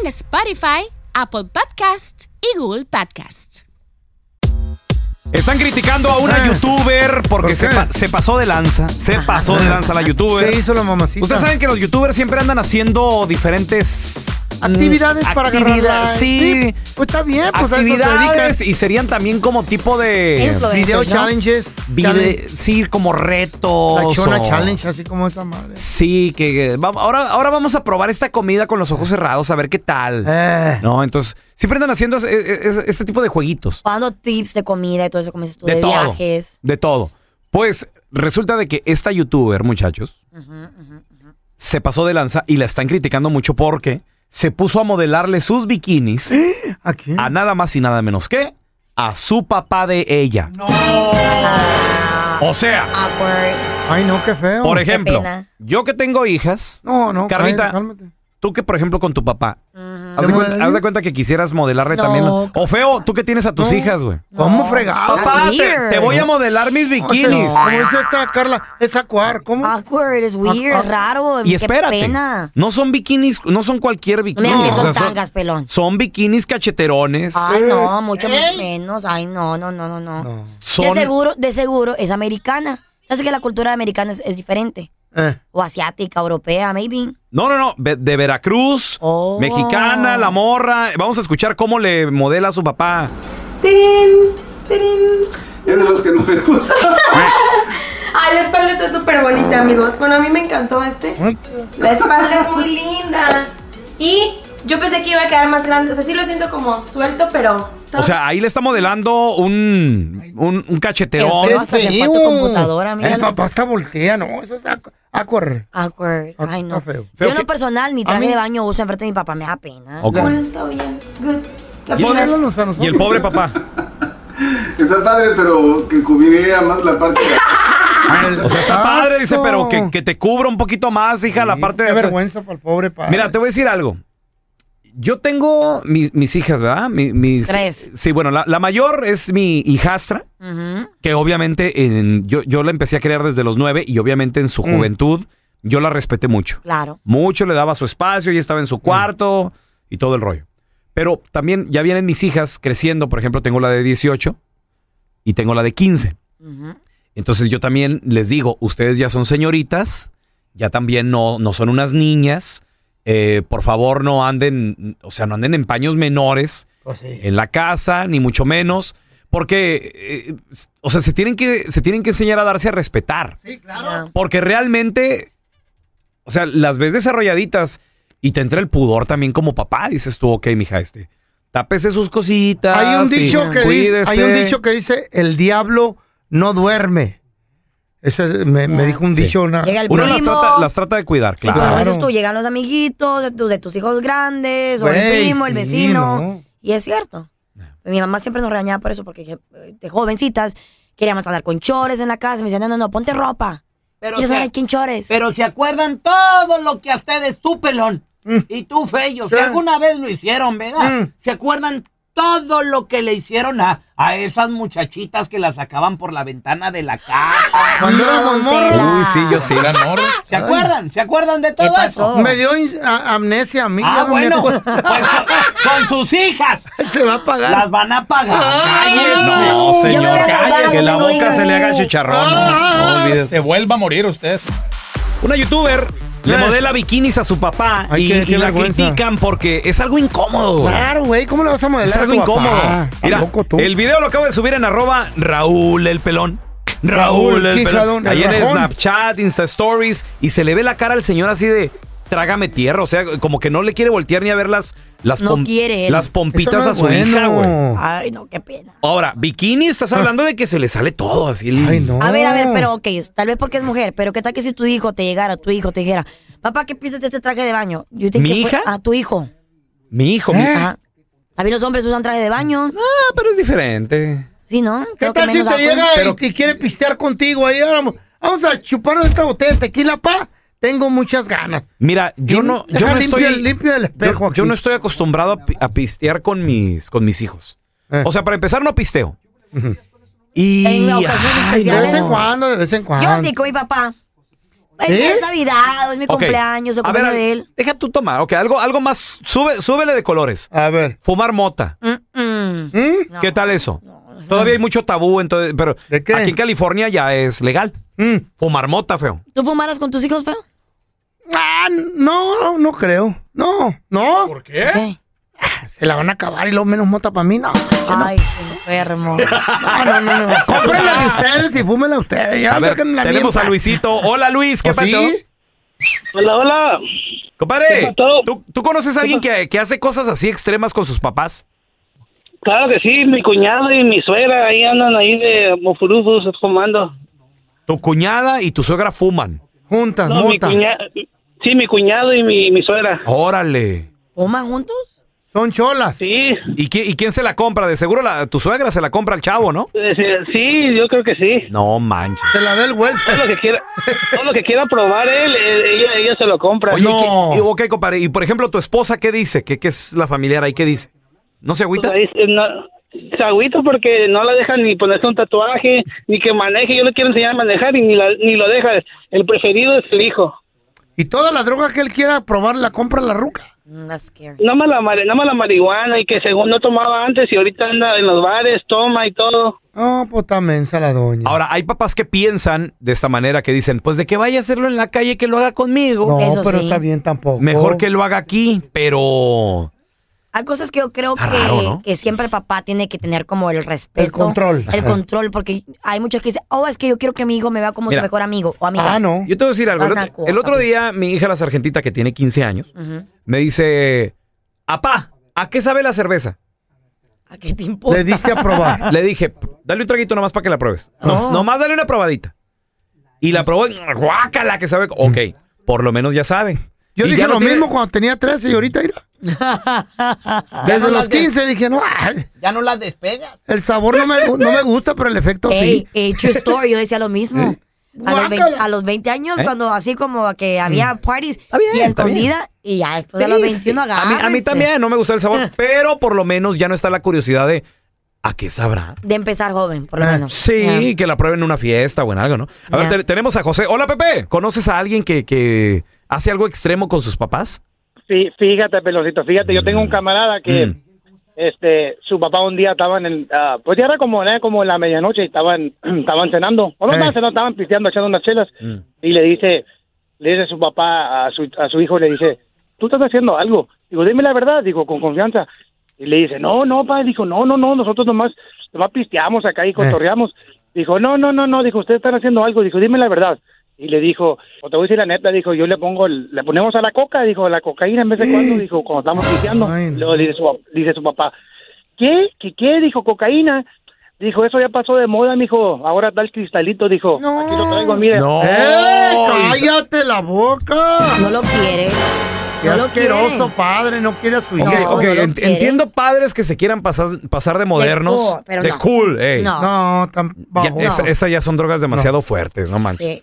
en Spotify, Apple Podcast y Google Podcast. Están criticando a una Ah. youtuber porque ¿Por se, qué? pa- se pasó de lanza. Se pasó de lanza la youtuber. ¿Qué hizo la mamacita? Ustedes saben que los youtubers siempre andan haciendo diferentes mm, Actividades para agarrar actividad- la- Sí, Pues está bien, pues a eso te actividades dedicas. y serían también como tipo de Video Influencers, ¿no? challenges. vide- sí, como retos. challenge, la chona o- challenge, así como esa madre. Sí, que va- ahora, ahora vamos a probar esta comida con los ojos cerrados a ver qué tal. Eh. No, entonces siempre andan haciendo es- es- es- este tipo de jueguitos. O dando tips de comida y todo eso, como dices tú, de, de, todo. viajes. De todo. Pues resulta de que esta youtuber, muchachos, se pasó de lanza y la están criticando mucho porque se puso a modelarle sus bikinis ¿Eh? ¿A quién? a nada más y nada menos que a su papá de ella. Ah. O sea, Awkward. Ay, no, qué feo. por ejemplo, pena. yo que tengo hijas, No, no, Carlita, cállate, cálmate. tú que por ejemplo con tu papá, haz, de cuenta, ¿Le modelaría? haz de cuenta que quisieras modelarle No, también. la- O feo, tú que tienes a tus No. hijas, güey. ¿Cómo fregado? That's Papá, te, weird. te voy a modelar mis Ah, bikinis. Como dice esta Carla, es acuar. ¿Cómo? Awkward, es weird, Awkward. es raro. Y qué espérate, pena. no son bikinis, no son cualquier No me bikini. digas que o sea, son son, tangas, Ah, pelón. son bikinis cacheterones. Ay, no, mucho menos. Ay, no, no, no, no, no. No. son De seguro, de seguro, es americana. Sabes que la cultura americana es, es diferente. Eh, O asiática, europea, maybe. No, no, no, ve- de Veracruz, Oh. mexicana, la morra. Vamos a escuchar cómo le modela a su papá. ¡Tirín! ¡Tirín! Es de los que no me gusta. Ay, la espalda está súper bonita, amigos. Bueno, a mí me encantó este. La espalda es muy linda. Y yo pensé que iba a quedar más grande. O sea, sí lo siento como suelto, pero. O sea, ahí le está modelando un, un, un cacheteón. Qué feo. hasta se fue a tu feo. computadora, míralo. este El papá está voltea, no, eso es acu- acuar. Awkward. Ah, Ay, no. está feo. Feo Yo en que- lo personal ni A mí- traje de baño uso enfrente de mi papá. Me da pena. Ok. Bonito, bien. Good. Y ¿Qué el- opinas? Modélanos a nosotros. Y el pobre papá. Está padre, pero que cubriría más la parte de Ah, O sea, está padre, dice, pero que, que te cubra un poquito más, hija, la parte Qué de. vergüenza para el pobre padre. Mira, te voy a decir algo. Yo tengo mis, mis hijas, ¿verdad? Mi- mis, Tres. Sí, bueno, la, la mayor es mi hijastra, Ujú. que obviamente en- yo, yo la empecé a crear desde los nueve y obviamente en Mm. su juventud yo la respeté mucho. Claro. Mucho le daba su espacio, ella estaba en su cuarto y todo el rollo. Pero también ya vienen mis hijas creciendo, por ejemplo, tengo la de 18 y tengo la de 15. Ujú. Entonces yo también les digo, ustedes ya son señoritas, ya también no, no son unas niñas, eh, por favor no anden, o sea, no anden en paños menores Pues sí. en la casa, ni mucho menos, porque, eh, o sea, se tienen, que, se tienen que enseñar a darse a respetar, Sí, Ya. claro. porque realmente, o sea, las ves desarrolladitas y te entra el pudor también como papá, dices tú, ok, mija, este, tápese sus cositas. Hay Ah, un, sí, dicho que dice, hay un cuídese". dicho que dice, el diablo no duerme. Eso es- me, me Ya. dijo un Sí. dicho. Una, Llega el Uno las primo. trata, las trata de cuidar, Sí, claro. como Claro. dices tú, llegan los amiguitos de, tu- de tus hijos grandes, o el Güey, primo, el sí, vecino. no. Y es cierto. Mi mamá siempre nos regañaba por eso, porque eh, de jovencitas queríamos andar con chores en la casa. y Me decían, no, no, no, ponte ropa. Pero ¿Quieres se- andar aquí en chores? Pero se acuerdan todo lo que a ustedes, tú pelón y tú feyo, si Sí. alguna vez lo hicieron, ¿verdad? Mm. Se acuerdan todo lo que le hicieron a, a esas muchachitas que las sacaban por la ventana de la casa. Cuando No, éramos don morros, Tela. Uy, sí, yo sí. ¿Se acuerdan? ¿Se acuerdan de todo eso? pasó? me dio in- a- amnesia a mí. ya Ah, no me bueno, pues acuerdo. con, con sus hijas Se va a pagar. las van a pagar. Ay, Cállese. No, Yo me voy señor, a salvar, cállese, no que la tengo boca hijos. se le haga el chicharrón. No, no olvides. se vuelva a morir usted. Una youtuber Le Eh. modela bikinis a su papá Ay, y, qué- y qué la vergüenza. critican porque es algo incómodo. güey. Claro, güey, ¿cómo le vas a modelar? Es Ah, a algo tu papá? incómodo. Mira, Tampoco tú. el video lo acabo de subir en arroba Raúl el pelón. Raúl, Raúl el qué pelón. hijadón, Ahí el en rajón. Snapchat, Insta Stories. Y se le ve la cara al señor así de trágame tierra. O sea, como que no le quiere voltear ni a ver las, las, No quiere él. las Eso pompitas no a es su hija, güey. bueno. Ah. Ay, no, qué pena. Ahora, bikini, estás hablando de que se le sale todo así. el- Ay, no. A ver, a ver, pero ok, tal vez porque es mujer, pero ¿qué tal que si tu hijo te llegara, tu hijo te dijera, papá, ¿qué piensas de este traje de baño? Yo te- ¿Mi que fue- hija? A tu hijo. Mi hijo, mi- ¿Eh? Ajá. También los hombres usan traje de baño. Ah, pero es diferente. Sí, ¿no? ¿Qué Creo que tal si menos te agua. llega Pero- y, y quiere pistear contigo? Ahí vamos, vamos a chuparnos esta botella de tequila, pa. Tengo muchas ganas. Mira, yo Y no, yo deja no limpio estoy el- limpio el espejo yo, yo aquí. no estoy acostumbrado a, pi- a pistear con mis, con mis hijos. Eh. O sea, para empezar no pisteo. Y En ocasiones ay, De especiales. vez ¿Sabes? en cuando, de vez en Ah. Yo cuando. sí, con mi papá. Es, ¿Eh? es Navidad, o es mi Ok. cumpleaños, o A ver, cumpleaños de él. Deja tú tomar, ok, algo, algo más, sube, súbele de colores. A ver. Fumar mota. Mm, mm. ¿Mm? No. ¿Qué tal eso? Todavía hay mucho tabú, entonces, pero ¿De qué? aquí en California ya es legal. ¿Mm? Fumar mota, feo. ¿Tú fumaras con tus hijos, feo? Ah, no, no, no creo. No, no. Ah, qué? ¿Qué? Se la van a acabar y lo menos mota para mí. No, Ay, qué enfermo. no, no. no, Ah. no. Cómprenla de ustedes y fúmenla ustedes. Ya A ver, déjenla tenemos bien, a Luisito. Hola Luis, ¿qué pa. pasó? ¿Sí? Hola, hola. ¿Qué Compadre, pasó? ¿tú, tú conoces a alguien que, que hace cosas así extremas con sus papás? Claro que sí, mi cuñado y mi suegra ahí andan ahí de mofurufus fumando. Tu cuñada y tu suegra fuman. Juntas, No, mi mota. cuñado, sí, mi cuñado y mi, mi suegra. Órale. ¿Fuman juntos? Son cholas. Sí, ¿Y, qui- y quién se la compra? De seguro la, tu suegra se la compra al chavo, ¿no? eh, sí, yo creo que sí. No manches. Se la da el welfare. Todo lo que quiera, todo lo que quiera probar él, eh, ella, ella se lo compra. Oye, No. ¿qué- y- ok, compadre. Y por ejemplo, tu esposa, ¿qué dice? ¿Qué, qué es la familiar ahí? ¿Qué dice? ¿No se Pues agüita? ahí, eh, no, se agüita porque no la dejan ni ponerse un tatuaje, ni que maneje. Yo le quiero enseñar a manejar y ni, la- ni lo deja. El preferido es el hijo. Y toda la droga que él quiera probar la compra la ruca. Mm, That's scary. Nada más, la, mari- nada más la marihuana y que según no tomaba antes y ahorita anda en los bares, toma y todo. No, pues también se la doña. Ahora, hay papás que piensan de esta manera, que dicen, pues de que vaya a hacerlo en la calle, que lo haga conmigo. no, eso pero sí. está bien tampoco. Mejor que lo haga aquí, pero... Hay cosas que yo creo que, Está raro, ¿no? que siempre el papá tiene que tener como el respeto. El control. El control, porque hay muchos que dicen, oh, es que yo quiero que mi hijo me vea como Mira. su mejor amigo o amiga. Ah, no. Yo te voy a decir algo. El Barnaco, otro, el otro también. día, mi hija, la sargentita, que tiene 15 años, Ujú. me dice, apá, ¿a qué sabe la cerveza? ¿A qué te importa? Le diste a probar. Le dije, dale un traguito nomás para que la pruebes. No. Nomás dale una probadita. Y la probó, guácala, que sabe. Ok, por lo menos ya sabe. Yo Y dije ya no lo tiene- mismo cuando tenía 13 y ahorita, mira. Ya no Desde los las de- 15 dije, no, ah, Ya no las despegas. el sabor no me, gu- no me gusta, pero el efecto Ey, sí. ey, true story, yo decía lo mismo. A los, vein- a los 20, Guácala. años, ¿Eh? cuando así como que había parties bien, y a Mm. está bien. escondida, y ya después de Sí, los sí. 21 a mí, a mí agárrense también no me gusta el sabor, pero por lo menos ya no está la curiosidad de ¿a qué sabrá? De empezar joven, por lo Ah, menos. Sí, Ya. que la prueben en una fiesta o en algo, ¿no? A ver, Ya. te- tenemos a José. Hola, Pepe. ¿Conoces a alguien que, que hace algo extremo con sus papás? Sí, fíjate, Pelocito, fíjate, yo tengo un camarada que Mm. este su papá un día estaban en ah, pues ya era como era como la medianoche y estaban estaban cenando, o no Eh. estaban cenando, estaban pisteando, echando unas chelas Mm. y le dice le dice su papá a su a su hijo le dice, "Tú estás haciendo algo." Digo, "Dime la verdad." Digo, con confianza. Y le dice, "No, no, papá." Dijo, "No, no, no, nosotros nomás nomás pisteamos acá Eh. y cotorreamos." Dijo, "No, no, no, no." Dijo, "Ustedes están haciendo algo." Dijo, "Dime la verdad." y le dijo, o te voy a decir la neta, dijo, yo le pongo, el- le ponemos a la coca, dijo, la cocaína en vez de cuando, dijo, cuando estamos pisteando, Eh. Ay, no. luego dice su, dice su papá, ¿qué? ¿Qué qué? Dijo, cocaína, dijo, eso ya pasó de moda, mijo, ahora da el cristalito, dijo, No. aquí lo traigo, mire, No. ¡Eh! Oh, ¡Cállate la boca! No lo quiere. ¡Qué no lo asqueroso, quiere. padre! No quiere a su hijo. Ok, No, ok, no lo ent- quiere. entiendo padres que se quieran pasar, pasar de modernos. cool, pero de no. cool, ey. No. No, tan Ya, baboso. esa- Esas ya son drogas demasiado fuertes, no manches. Sí.